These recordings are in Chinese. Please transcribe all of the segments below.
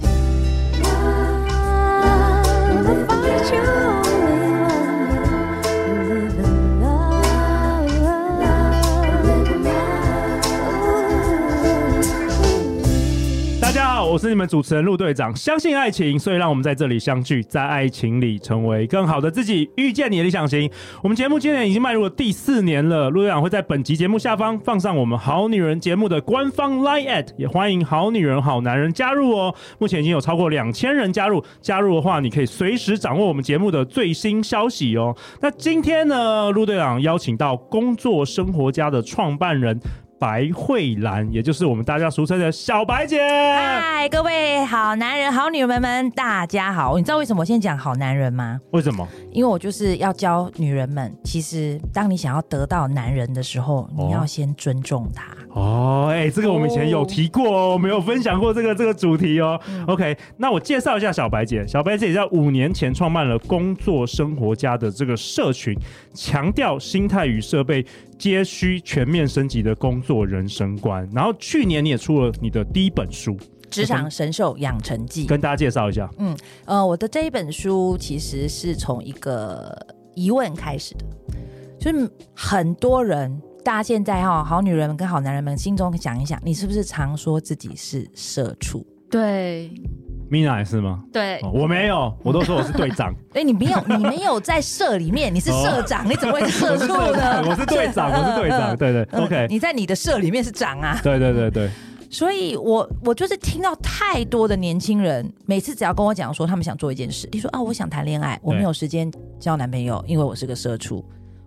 Love, find your only one. Live in love, live in love. 大家好，我是你们主持人陆队长。相信爱情，所以让我们在这里相聚，在爱情里成为更好的自己，遇见你的理想型。我们节目今年已经迈入了第四年了，陆队长会在本集节目下方放上我们《好女人》节目的官方 Line at，也欢迎好女人、好男人加入哦。目前已经有超过两千人加入，加入的话，你可以随时掌握我们节目的最新消息哦。那今天呢，陆队长邀请到工作生活家的创办人。白慧兰，也就是我们大家俗称的小白姐。嗨，各位好男人、好女人们，大家好！你知道为什么我先讲好男人吗？为什么？因为我就是要教女人们，其实当你想要得到男人的时候，哦你要先尊重他。哦，哎、这个我们以前有提过哦，我们有分享过这个这个主题哦。OK，那我介绍一下小白姐。小白姐在五年前创办了工作生活家的这个社群，强调心态与设备皆需全面升级的工作人生观。然后去年你也出了你的第一本书，职场神兽养成记，跟大家介绍一下。嗯，呃，我的这一本书其实是从一个疑问开始的，就是很多人，大家现在哈、好女人们跟好男人们心中想一想，你是不是常说自己是社畜？对 Mina 也是吗？对哦，我没有，我都说我是队长，哎、你没有，你没有在社里面，你是社长，你怎么会是社我是畜队呢长，？ 我是队长，我是队长，对对 嗯，OK，你在你的社里面是长啊，对对对对，所以我我就是听到太多的年轻人，每次只要跟我讲说他们想做一件事，你说啊，我想谈恋爱，我没有时间交男朋友，因为我是个社畜；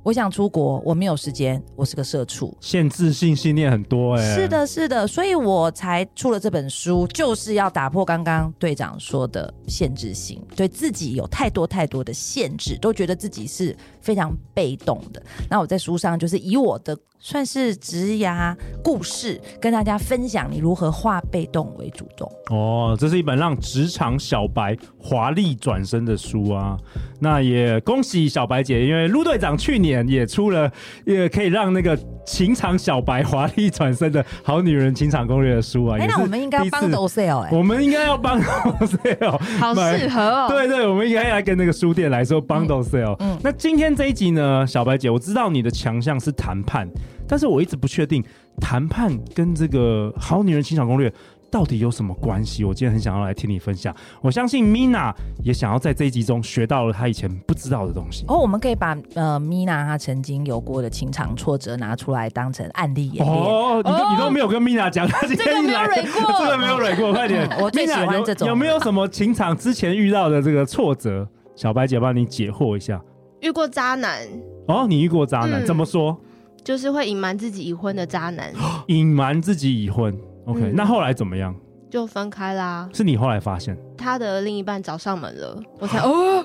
我想出国，我没有时间，我是个社畜。限制性信念很多哎、是，的，是的，所以我才出了这本书，就是要打破刚刚队长说的限制性，对自己有太多太多的限制，都觉得自己是非常被动的。那我在书上就是以我的算是职涯故事，跟大家分享你如何化被动为主动。哦，这是一本让职场小白华丽转身的书啊。那也恭喜小白姐，因为陆队长去年也出了，也可以让那个情场小白华丽转身的好女人情场攻略的书啊。哎、也是那我们应该第一次帮 d o sale 哎、我们应该要帮 sale， 好适合哦。对对，我们应该来跟那个书店来说 bundle sale。嗯那今天这一集呢，小白姐，我知道你的强项是谈判，但是我一直不确定谈判跟这个《好女人情场攻略》到底有什么关系。我今天很想要来听你分享，我相信 Mina 也想要在这一集中学到了她以前不知道的东西。哦，我们可以把呃米娜她曾经有过的情场挫折拿出来当成案例演练。哦，你都你都没有跟 Mina 讲，她今 这个天一没有来，蕊 过这个没有蕊过，快 点！嗯我最喜欢 Mina，有这种有没有什么情场之前遇到的这个挫折？小白姐帮你解惑一下。遇过渣男，哦，你遇过渣男，嗯怎么说？就是会隐瞒自己已婚的渣 男，隐瞒自己已婚。OK，、嗯那后来怎么样？就分开啦。是你后来发现？他的另一半找上门了，我才哦，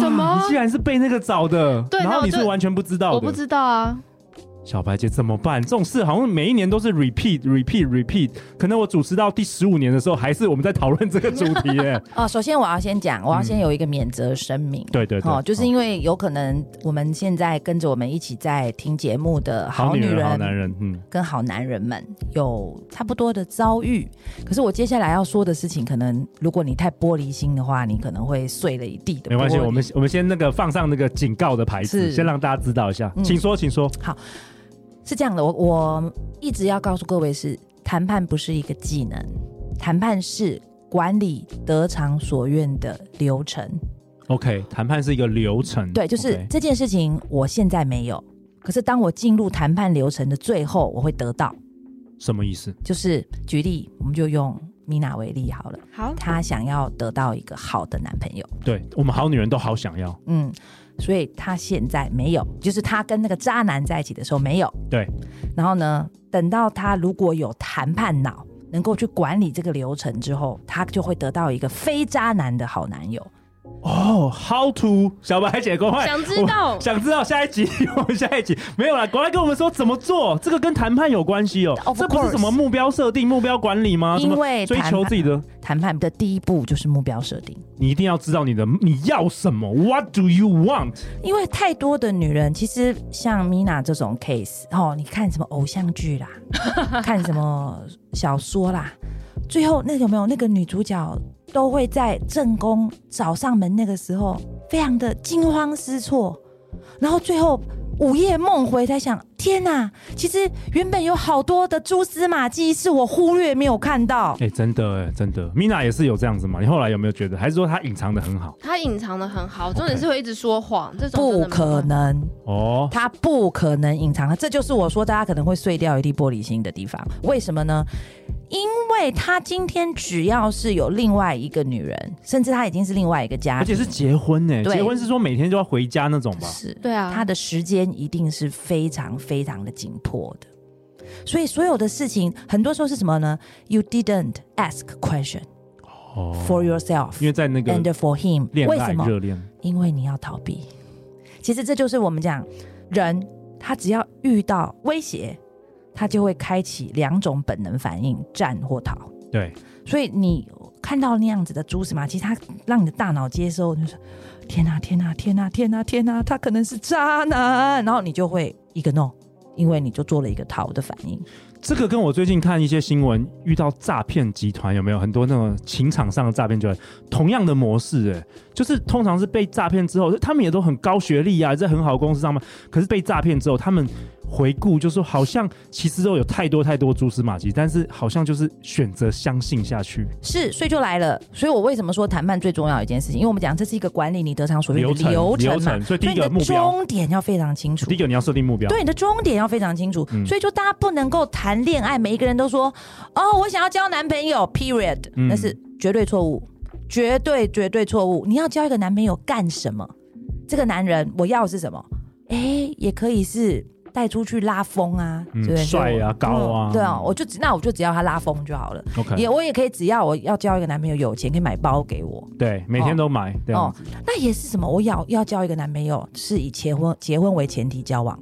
什么你竟然是被那个找的？对然那后我你就是完全不知道的。我不知道啊。小白姐怎么办？这种事好像每一年都是 repeat repeat repeat。可能我主持到第十五年的时候，还是我们在讨论这个主题 耶。哦，首先我要先讲，我要先有一个免责声明。嗯对对对，哦，就是因为有可能我们现在跟着我们一起在听节目的好好女女人、好人男人，嗯，跟好男人们有差不多的遭遇，可是我接下来要说的事情，可能如果你太玻璃心的话，你可能会碎了一地的玻璃。没关系，我们我们先那个放上那个警告的牌子，是先让大家知道一下。嗯请说，请说。是这样的，我我一直要告诉各位是，谈判不是一个技能，谈判是管理得偿所愿的流程。 OK，谈判是一个流程，对，就是嗯 OK 这件事情，我现在没有，可是当我进入谈判流程的最后，我会得到。什么意思？就是举例，我们就用米娜为例好了，好，她想要得到一个好的男朋友，对我们好女人都好想要，嗯，所以她现在没有，就是她跟那个渣男在一起的时候没有，对，然后呢，等到她如果有谈判脑，能够去管理这个流程之后，她就会得到一个非渣男的好男友。哦，How to 小白姐公会，想知道我想知道下一集， 我们下一集没有啦，国来跟我们说怎么做，这个跟谈判有关系哦、 Of 这不是 course 什么目标设定、目标管理吗？因为什么追求自己的，谈判的第一步就是目标设定。你一定要知道你的你要什么，What do you want？因为太多的女人，其实像 Mina 这种 case，哦，你看什么偶像剧 啦，看什么小说啦，最后那有没有那个女主角都会在正宫找上门那个时候，非常的惊慌失措，然后最后午夜梦回才想，天哪，其实原本有好多的蛛丝马迹是我忽略没有看到。哎、真的哎、真的，Mina 也是有这样子吗？你后来有没有觉得，还是说她隐藏的很好？他隐藏的很好，重点是会一直说谎，这种真不的没办法可。能，哦，它不可能隐藏，这就是我说大家可能会碎掉一地玻璃心的地方。为什么呢？因为他今天只要是有另外一个女人，甚至他已经是另外一个家而庭，且是结婚呢、对结婚是说每天就要回家那种吧？是对啊，他的时间一定是非常非常的紧迫的。所以所有的事情，很多时候是什么呢？You didn't ask question 哦 for yourself 因为在那个 and for him。恋为爱什么？热恋，因为你要逃避。其实这就是我们讲，人他只要遇到威胁，他就会开启两种本能反应：战或逃。对，所以你看到那样子的蛛丝马迹，它让你的大脑接收，就是天啊天啊天啊天啊天啊，他可能是渣男，然后你就会一个 no，因为你就做了一个逃的反应。这个跟我最近看一些新闻，遇到诈骗集团有没有很多那种情场上的诈骗集团，同样的模式、哎，就是通常是被诈骗之后，他们也都很高学历啊，在很好的公司上班，可是被诈骗之后，他们回顾就说，好像其实都有太多太多蛛丝马迹，但是好像就是选择相信下去，是，所以就来了。所以我为什么说谈判最重要的一件事情？因为我们讲这是一个管理你得偿所愿流的程流程嘛，流程所以第一个你目的标终点要非常清楚第一。个你要设定目标，对你的终点要非常清楚，嗯所以就大家不能够谈恋爱，每一个人都说哦，我想要交男朋友，period，、嗯那是绝对错误，绝对绝对错误。你要交一个男朋友干什么？这个男人我要的是什么？哎，也可以是带出去拉风啊，嗯对不对？帅啊对我高啊嗯对啊，我就只那我就只要他拉风就好了。也，OK，我也可以，只要我要交一个男朋友有钱，可以买包给我，对，每天都买、哦这样子。那也是什么？我要要交一个男朋友是以结婚结婚为前提交往。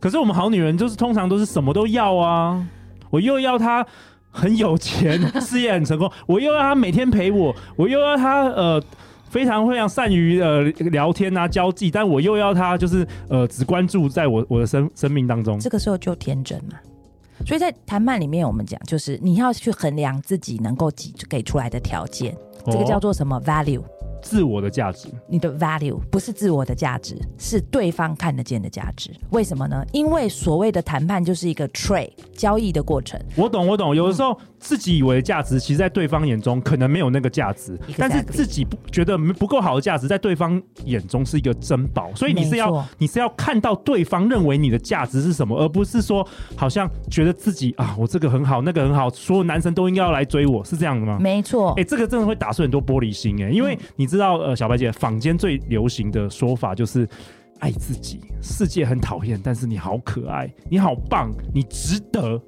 可是我们好女人就是通常都是什么都要啊，我又要她很有 钱，事业很成功，我又要她每天陪我，我又要她呃。非常非常善于呃聊天啊交际，但我又要她就是呃只关注在我我的生生命当中。这个时候就天真嘛。所以在谈判里面，我们讲就是你要去衡量自己能够给给出来的条件，哦这个叫做、做什么 value？自我的价值。你的 value 不是自我的价值，是对方看得见的价值。为什么呢？因为所谓的谈判就是一个 trade 交易的过程，我懂，我懂。有的时候自己以为的价值，其实在对方眼中可能没有那个价值 Exactly 但是自己不觉得不够好的价值，在对方眼中是一个珍宝。所以你是没要错你是要看到对方认为你的价值是什么，而不是说好像觉得自己啊，我这个很好，那个很好，所有男生都应该要来追我，是这样的吗？没错。哎、这个真的会打碎很多玻璃心哎、因为你知道，呃，小白姐坊间最流行的说法就是爱自己，世界很讨厌，但是你好可爱，你好棒，你值得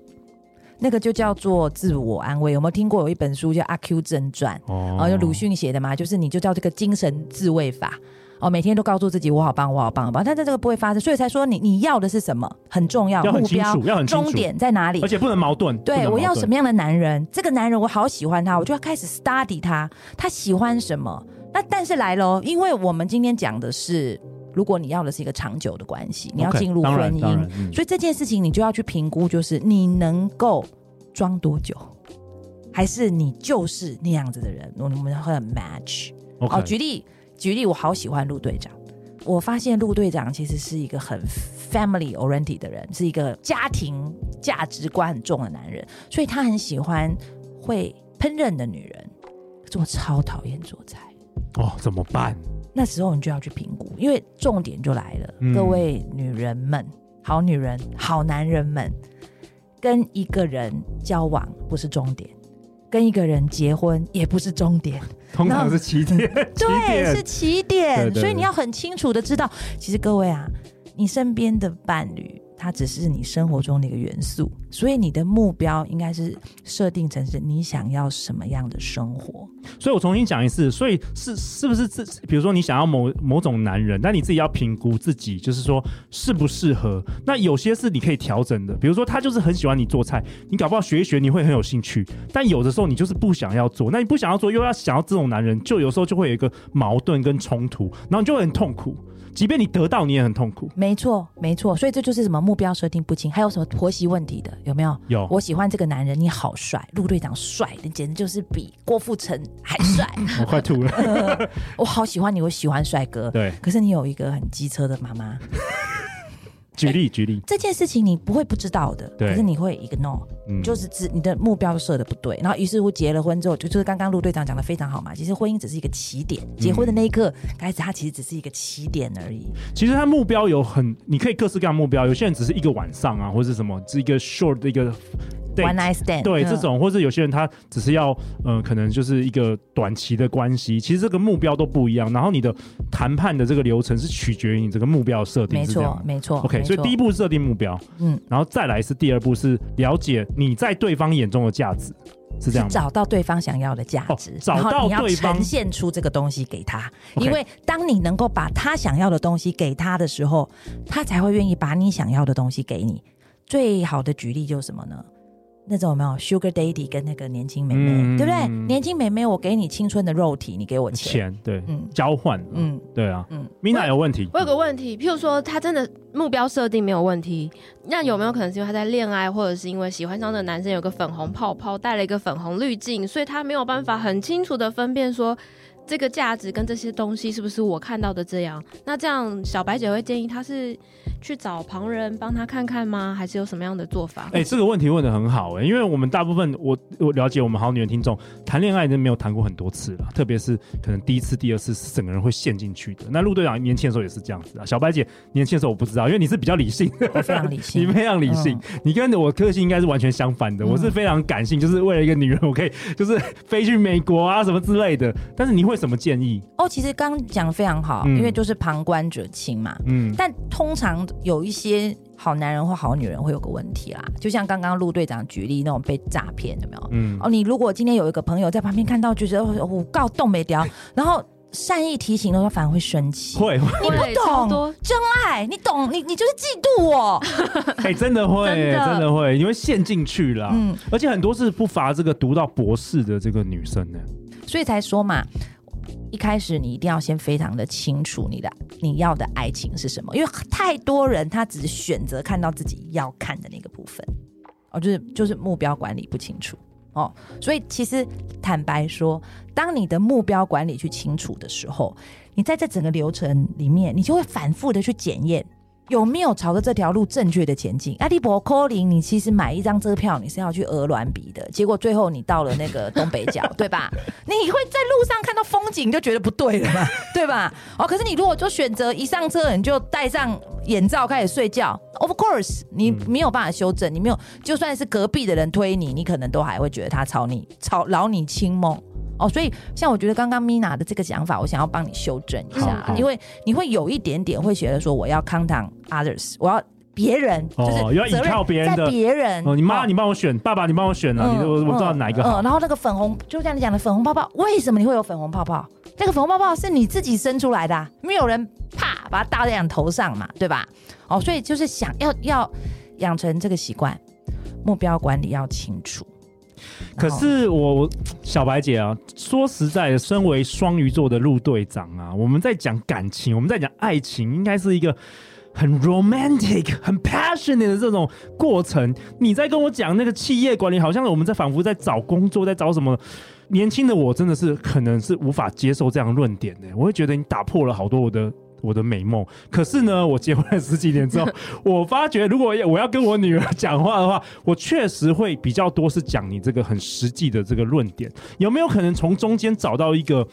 那个就叫做自我安慰。有没有听过有一本书叫《阿 Q 正传》？哦哦，有鲁迅写的嘛，就是你就叫这个精神自卫法。哦，每天都告诉自己我好棒，我好棒，我好棒，但是这个不会发生，所以才说你你要的是什么很重要，要很目清标楚，要很清楚终点在哪里而？且不能矛盾。不对能我矛要盾什么？样的男人？这个男人我好喜欢他，我就要开始 study 他，他喜欢什么？那但是来喽，因为我们今天讲的是，如果你要的是一个长久的关系，你要 OK，进入婚当然姻，当然嗯所以这件事情你就要去评估，就是你能够装多久，还是你就是那样子的人，我们会很 match。 OK，哦，举例举例，我好喜欢陆队长。我发现陆队长其实是一个很 family oriented 的人，是一个家庭价值观很重的男人，所以他很喜欢会烹饪的女人。可是我超讨厌做菜，哦，怎么办？那时候你就要去评估，因为重点就来了，嗯各位女人们、好女人、好男人们，跟一个人交往不是终点，跟一个人结婚也不是 终点。通常那是起点，起 对，点是起点，对对所以对你要很清楚的知道，其实各位啊，你身边的伴侣它只是你生活中的一个元素，所以你的目标应该是设定成是你想要什么样的生活。所以我重新讲一次，所以是是不是自，比如说你想要某某种男人，但你自己要评估自己，就是说适不适合。那有些是你可以调整的，比如说他就是很喜欢你做菜，你搞不好学一学你会很有兴趣，但有的时候你就是不想要做，那你不想要做又要想要这种男人，就有时候就会有一个矛盾跟冲突，然后你就会很痛苦。即便你得到，你也很痛苦。没错，没错，所以这就是什么目标设定不清，还有什么婆媳问题的，有没有？有我喜欢这个男人，你好帅，陆队长帅，你简直就是比郭富城还 帅。我快吐了。我好喜欢你，我喜欢帅哥。对可是你有一个很机车的妈妈，举例举例，这件事情你不会不知道的，对可是你会 ignore，、嗯，就是指你的目标设的不对，然后于是乎结了婚之后，就就是刚刚陆队长讲的非常好嘛，其实婚姻只是一个起点，嗯结婚的那一刻开始，它其实只是一个起点而已。其实他目标有很，你可以各式各样的目标，有些人只是一个晚上啊，或者是什么，是一个 short 的一个 date One night stand，对嗯这种，或者有些人他只是要，呃，可能就是一个短期的关系，其实这个目标都不一样。然后你的谈判的这个流程是取决于你这个目标设定，没是这错样，。没错。 OK，没所以错第一步是设定目标，嗯嗯，然后再来是第二步是了解你在对方眼中的价值，是这是样吗？找到对方想要的价值，哦找然后到你要对方呈现出这个东西给他。 OK 因为当你能够把他想要的东西给他的时候，他才会愿意把你想要的东西给你。最好的举例就是什么呢？那种有没有 Sugar Daddy 跟那个年轻妹妹，嗯对不对？年轻妹妹，我给你青春的肉体，你给我钱。钱对，嗯交换，嗯，嗯对啊嗯， ，Mina 有问题我有个问题，譬如说他真的目标设定没有问题，那有没有可能是因为他在恋爱，或者是因为喜欢上的男生有个粉红泡泡，带了一个粉红滤镜，所以他没有办法很清楚的分辨说这个价值跟这些东西是不是我看到的这样？那这样小白姐会建议他是去找旁人帮他看看吗？还是有什么样的做法？ 哎、这个问题问的很好哎、因为我们大部分我我了解我们好女人听众谈恋爱已经没有谈过很多次了，特别是可能第一次、第二次是整个人会陷进去的。那陆队长年轻的时候也是这样子啊，小白姐年轻的时候我不知道，因为你是比较理性，我非常 理你性。非常理性，你跟我个性应该是完全相反的。嗯我是非常感性，就是为了一个女人，我可以就是飞去美国啊什么之类的。但是你会什么建议？哦，其实刚讲得非常好，嗯因为就是旁观者清嘛。嗯，但通常有一些好男人或好女人会有个问题啦，就像刚刚陆队长举例那种被诈骗，有没有？嗯，哦，你如果今天有一个朋友在旁边看到，觉得哦我告动没掉，然后善意提醒的话，反而会生气。会，你不会超懂多真爱，你懂你你就是嫉妒我。 哎、真的会，真真的的会，你会陷进去啦。嗯，而且很多是不乏这个读到博士的这个女生呢、所以才说嘛，一开始你一定要先非常的清楚你的你要的爱情是什么，因为太多人他只选择看到自己要看的那个部分，哦，就是就是目标管理不清楚哦，所以其实坦白说，当你的目标管理去清楚的时候，你在这整个流程里面，你就会反复的去检验。有没有朝着这条路正确的前进？阿迪伯科林，你其实买一张车票，你是要去鹅銮鼻的，结果最后你到了那个东北角， 对吧？你会在路上看到风景就觉得不对了嘛， 对吧？哦，可是你如果就选择一上车你就戴上眼罩开始睡觉，Of course，你没有办法修正，你没有，就算是隔壁的人推你，你可能都还会觉得他吵你吵扰你清梦。哦，所以像我觉得刚刚 Mina 的这个想法，我想要帮你修正一下好，好因为你会有一点点会觉得说，我要 count on others，我要别人，哦就是要依责任靠别人在的别人。哦，你妈，哦你帮我选，爸爸，你帮我选啊！你我我知道哪一个好。嗯，然后那个粉红，就像你讲的粉红泡泡，为什么你会有粉红泡泡？那个粉红泡泡是你自己生出来的、啊，没有人啪把它打在你头上嘛，对吧？哦，所以就是想要要养成这个习惯，目标管理要清楚。可是我我小白姐啊，说实在的，身为双鱼座的陆队长啊，我们在讲感情，我们在讲爱情，应该是一个。很 romantic、很 passionate 的这种过程，你在跟我讲那个企业管理，好像我们在仿佛在找工作，在找什么？年轻的我真的是可能是无法接受这样的论点的，我会觉得你打破了好多我的我的美梦。可是呢，我结婚了十几年之后，我发觉如果我要跟我女儿讲话的话，我确实会比较多是讲你这个很实际的这个论点，有没有可能从中间找到一个？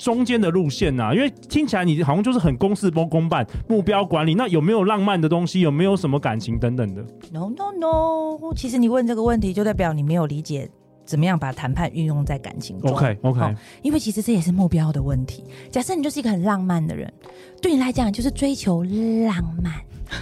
中间的路线呐、啊因为听起来你好像就是很公事公公办、目标管理，那有没有浪漫的东西？有没有什么感情等等的？ No no no，其实你问这个问题，就代表你没有理解怎么样把谈判运用在感情中。 OK，OK 哦因为其实这也是目标的问题。假设你就是一个很浪漫的人，对你来讲就是追求浪漫，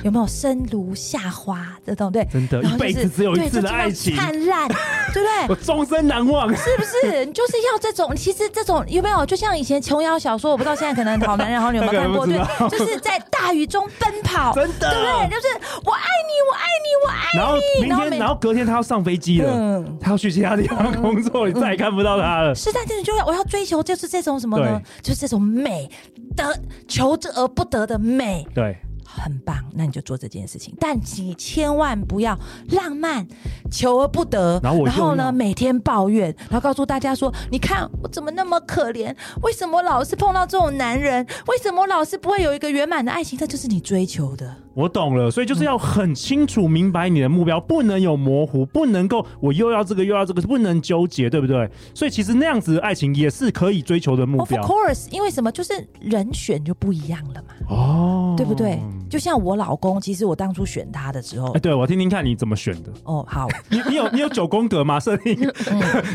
有没有生如夏花这种对？真的，然一后就辈是子只有一对次就的这么爱情，灿烂，对不我 对？终身难忘。是不是？你就是要这种，其实这种有没有？就像以前琼瑶小说，我不知道现在可能好男人好女有没有看过？那个对我不知道，就是在大雨中奔跑， 真的对不对？就是我爱你，我爱你，我爱然后明然后天，每然后隔天他要上飞机了嗯，他要去其他地方工作，你再也看不到他了。是但就是就要我要追求就是这种什么呢？就是这种美得求之而不得的美，对，很棒。那你就做这件事情，但你千万不要浪漫求而不得，然后我又要呢每天抱怨，然后告诉大家说：你看我怎么那么可怜？为什么老是碰到这种男人？为什么我老是不会有一个圆满的爱情？这就是你追求的。我懂了，所以就是要很清楚明白你的目标，不能有模糊，不能够我又要这个又要这个，不能纠结，对不对？所以其实那样子的爱情也是可以追求的目 Of 标 course，因为什么？就是人选就不一样了嘛，哦，对不对？就像我老公，其实我当初选他的时候哎，，对我听听看你怎么选的。哦，好，你你有你有九宫格吗？设定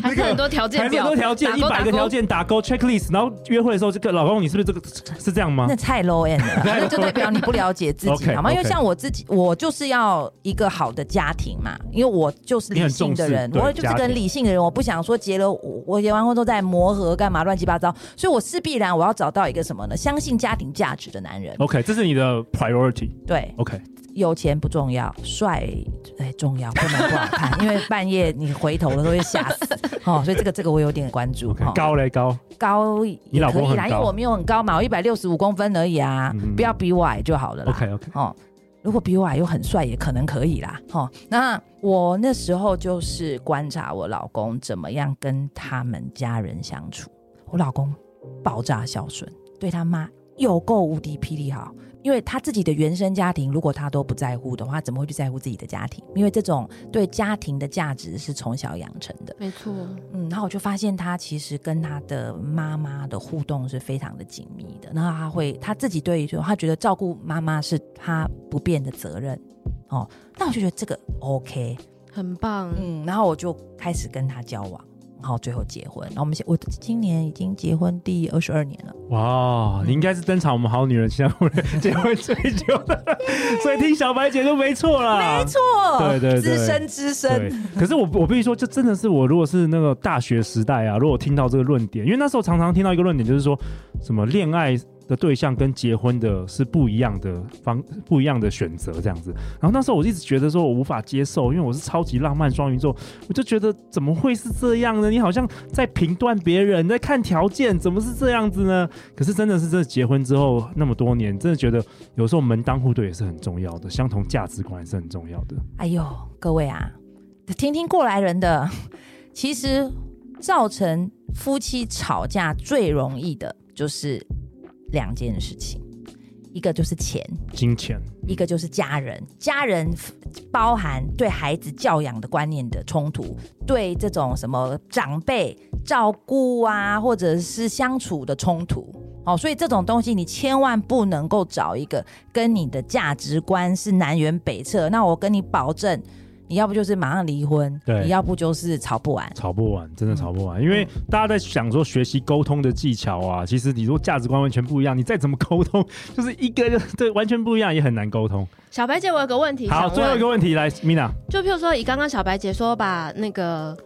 还是很多条件还是很表，多条件，打一勾百个打勾条件打勾 checklist，然后约会的时候，这个老公你是不是这个是这样吗那？太 low end 了，那就代表你不了解自己 OK，好吗？因为 OK 像我自己，我就是要一个好的家庭嘛，因为我就是你理很性的重视人，对我就是家跟庭理性的人，我不想说结了我我结完婚之后再磨合干嘛乱七八糟，所以我势必然我要找到一个什么呢？相信家庭价值的男人， OK，这是你的 priority。对， OK，有钱不重要，帅哎重要，不能不好 看，因为半夜你回头了都会吓死哦，所以这个这个我有点关注 OK，哈。高嘞高，高你也老可公以很啦，因为高我没有很高嘛，我一百六十五公分而已啊，嗯不要比我矮就好了啦。 OK，OK 哦，如果比我矮又很帅，也可能可以啦。哦，那我那时候就是观察我老公怎么样跟他们家人相处，我老公爆炸孝顺，对他妈有够无敌霹雳好。因为他自己的原生家庭，如果他都不在乎的话，怎么会去在乎自己的家庭？因为这种对家庭的价值是从小养成的。没错，嗯，然后我就发现他其实跟他的妈妈的互动是非常的紧密的。然后他会他自己对于就他觉得照顾妈妈是他不变的责任哦。那我就觉得这个 OK，很棒。嗯，然后我就开始跟他交往，然后最后结婚。然后我们现我今年已经结婚第二十二年了，哇，你应该是登场我们好女人相互结婚追求的，所以听小白姐就没错啦。没错，对对对哦资深资对深，，可是我我必须说，这真的是我如果是那个大学时代啊，如果听到这个论点，因为那时候常常听到一个论点，就是说什么恋爱的对象跟结婚的是不一样的方不一样的选择这样子。然后那时候我一直觉得说我无法接受，因为我是超级浪漫双鱼座，我就觉得怎么会是这样呢？你好像在评断别人，在看条件，怎么是这样子呢？可是真的是这结婚之后那么多年，真的觉得有时候门当户对也是很重要的，相同价值观也是很重要的。哎呦，各位啊，听听过来人的， 其实造成夫妻吵架最容易的就是两件事情，一个就是钱，金钱，一个就是家人。家人包含对孩子教养的观念的冲突，对这种什么长辈照顾啊，或者是相处的冲突。哦，所以这种东西你千万不能够找一个跟你的价值观是南辕北辙。那我跟你保证，你要不就是马上离婚，对你要不就是吵不完。吵不完，真的吵不完，因为大家在想说学习沟通的技巧啊，其实你如果价值观完全不一样，你再怎么沟通， 就是一个对完全不一样，也很难沟通。小白姐，我有个问题好，想最后一问个，问题来，Mina，就譬如说，以刚刚小白姐说把那个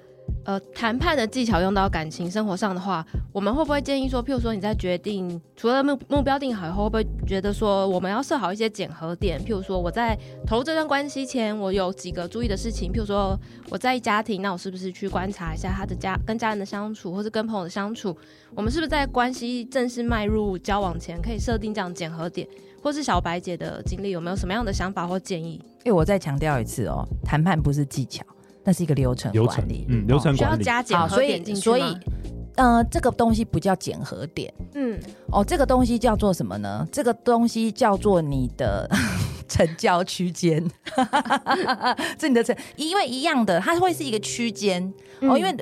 呃谈判的技巧用到感情生活上的话，我们会不会建议说，譬如说你在决定除了目目标定好以后，会不会觉得说我们要设好一些检核点？譬如说我在投入这段关系前，我有几个注意的事情，譬如说我在意家庭，那我是不是去观察一下他的家跟家人的相处，或是跟朋友的相处？我们是不是在关系正式迈入交往前，可以设定这样检核点？或是小白姐的经历有没有什么样的想法或建议？哎、我再强调一次哦，谈判不是技巧，那是一个流程流管程理，。嗯，流程需要管理，加检好，核所点以进去所以吗，呃，这个东西不叫检核点嗯，哦，这个东西叫做什么呢？这个东西叫做你的 成交区间， 这你的成，因为一样的，它会是一个区间哦，嗯因为。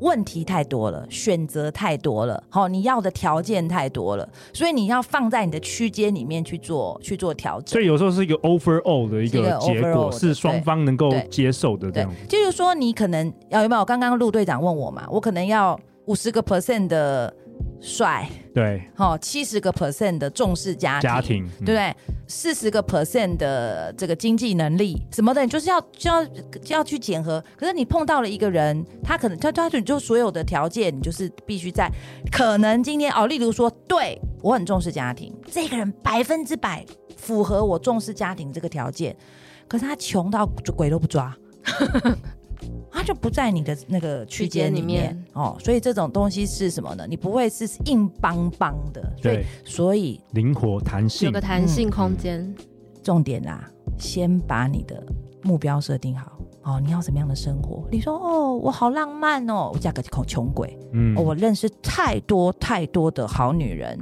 问题太多了，选择太多了，好、你要的条件太多了，所以你要放在你的区间里面去做去做调整所。以有时候是一个 overall 的一是一个个结 overall 果，的是双方能够对接受的这对样子。，就是哦说你可能要有没有？刚刚陆队长问我嘛，我可能要五十个 percent 的帅，对哦，七十个 percent 的重视家庭，家庭，嗯对不对？四十个 percent 的这个经济能力什么的，你就是要就要就要去检核。可是你碰到了一个人，他可能他他就就所有的条件，你就是必须在可能今天哦，例如说，对我很重视家庭，这个人百分之百符合我重视家庭这个条件，可是他穷到鬼都不抓。 他就不在你的那个区间里面区间里面哦，所以这种东西是什么呢？你不会是硬邦邦的，所以对，所以灵活弹有性个，弹嗯性空间，重点啦，先把你的目标设定好。哦，你要什么样的生活？你说哦，我好浪漫哦，我嫁个穷穷鬼、嗯哦，我认识太多太多的好女人，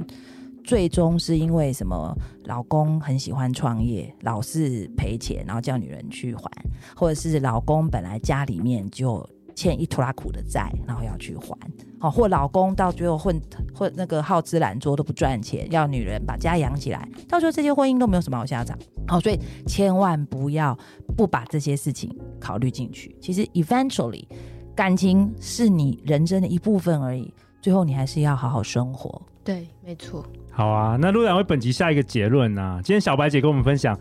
最终是因为什么？老公很喜欢创业，老是赔钱，然后叫女人去还，或者是老公本来家里面就欠一拖拉苦的债，然后要去还，哦，或老公到最后混混那个好吃懒做都不赚钱，要女人把家养起来，到最后这些婚姻都没有什么好下场。好、所以千万不要不把这些事情考虑进去。其实 eventually 感情是你人生的一部分而已，最后你还是要好好生活。对，没错，好啊，那陆两位本集下一个结论啊，今天小白姐跟我们分享，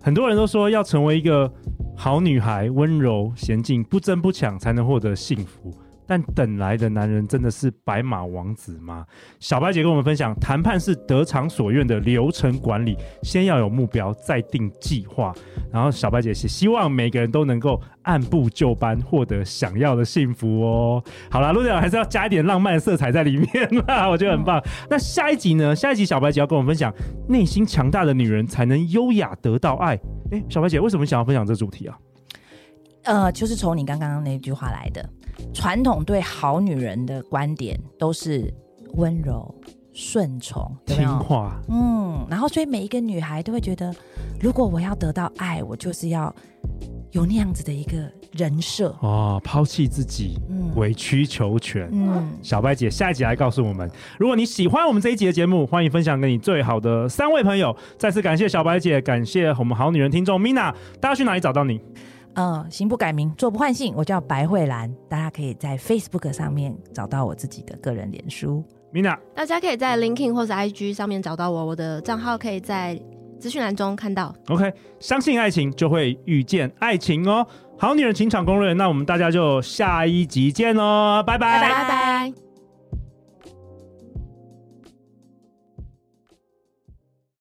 很多人都说要成为一个好女孩，温柔娴静，不争不抢，才能获得幸福。但等来的男人真的是白马王子吗？小白姐跟我们分享，谈判是得偿所愿的流程管理，先要有目标，再定计划。然后小白姐是希望每个人都能够按部就班，获得想要的幸福哦。好啦，陆队长还是要加一点浪漫的色彩在里面啦，我觉得很棒。那下一集呢？下一集小白姐要跟我们分享，内心强大的女人才能优雅得到爱。诶，小白姐为什么想要分享这主题啊？呃，就是从你刚刚那句话来的。传统对好女人的观点都是温柔、顺从，有没听有？话，嗯，然后所以每一个女孩都会觉得，如果我要得到爱，我就是要有那样子的一个人设。哦，抛弃自己，嗯委曲求全。嗯，小白姐下一集来告诉我们。如果你喜欢我们这一集的节目，欢迎分享给你最好的三位朋友。再次感谢小白姐，感谢我们好女人听众 Mina。大家去哪里找到你？呃，行不改名，坐不换姓，我叫白慧兰，大家可以在 Facebook 上面找到我自己的个人脸书。 Mina，大家可以在 LinkedIn 或者 IG 上面找到我，我的账号可以在资讯栏中看到。 OK，相信爱情就会遇见爱情哦。好女人情场攻略，那我们大家就下一集见喽，拜拜拜拜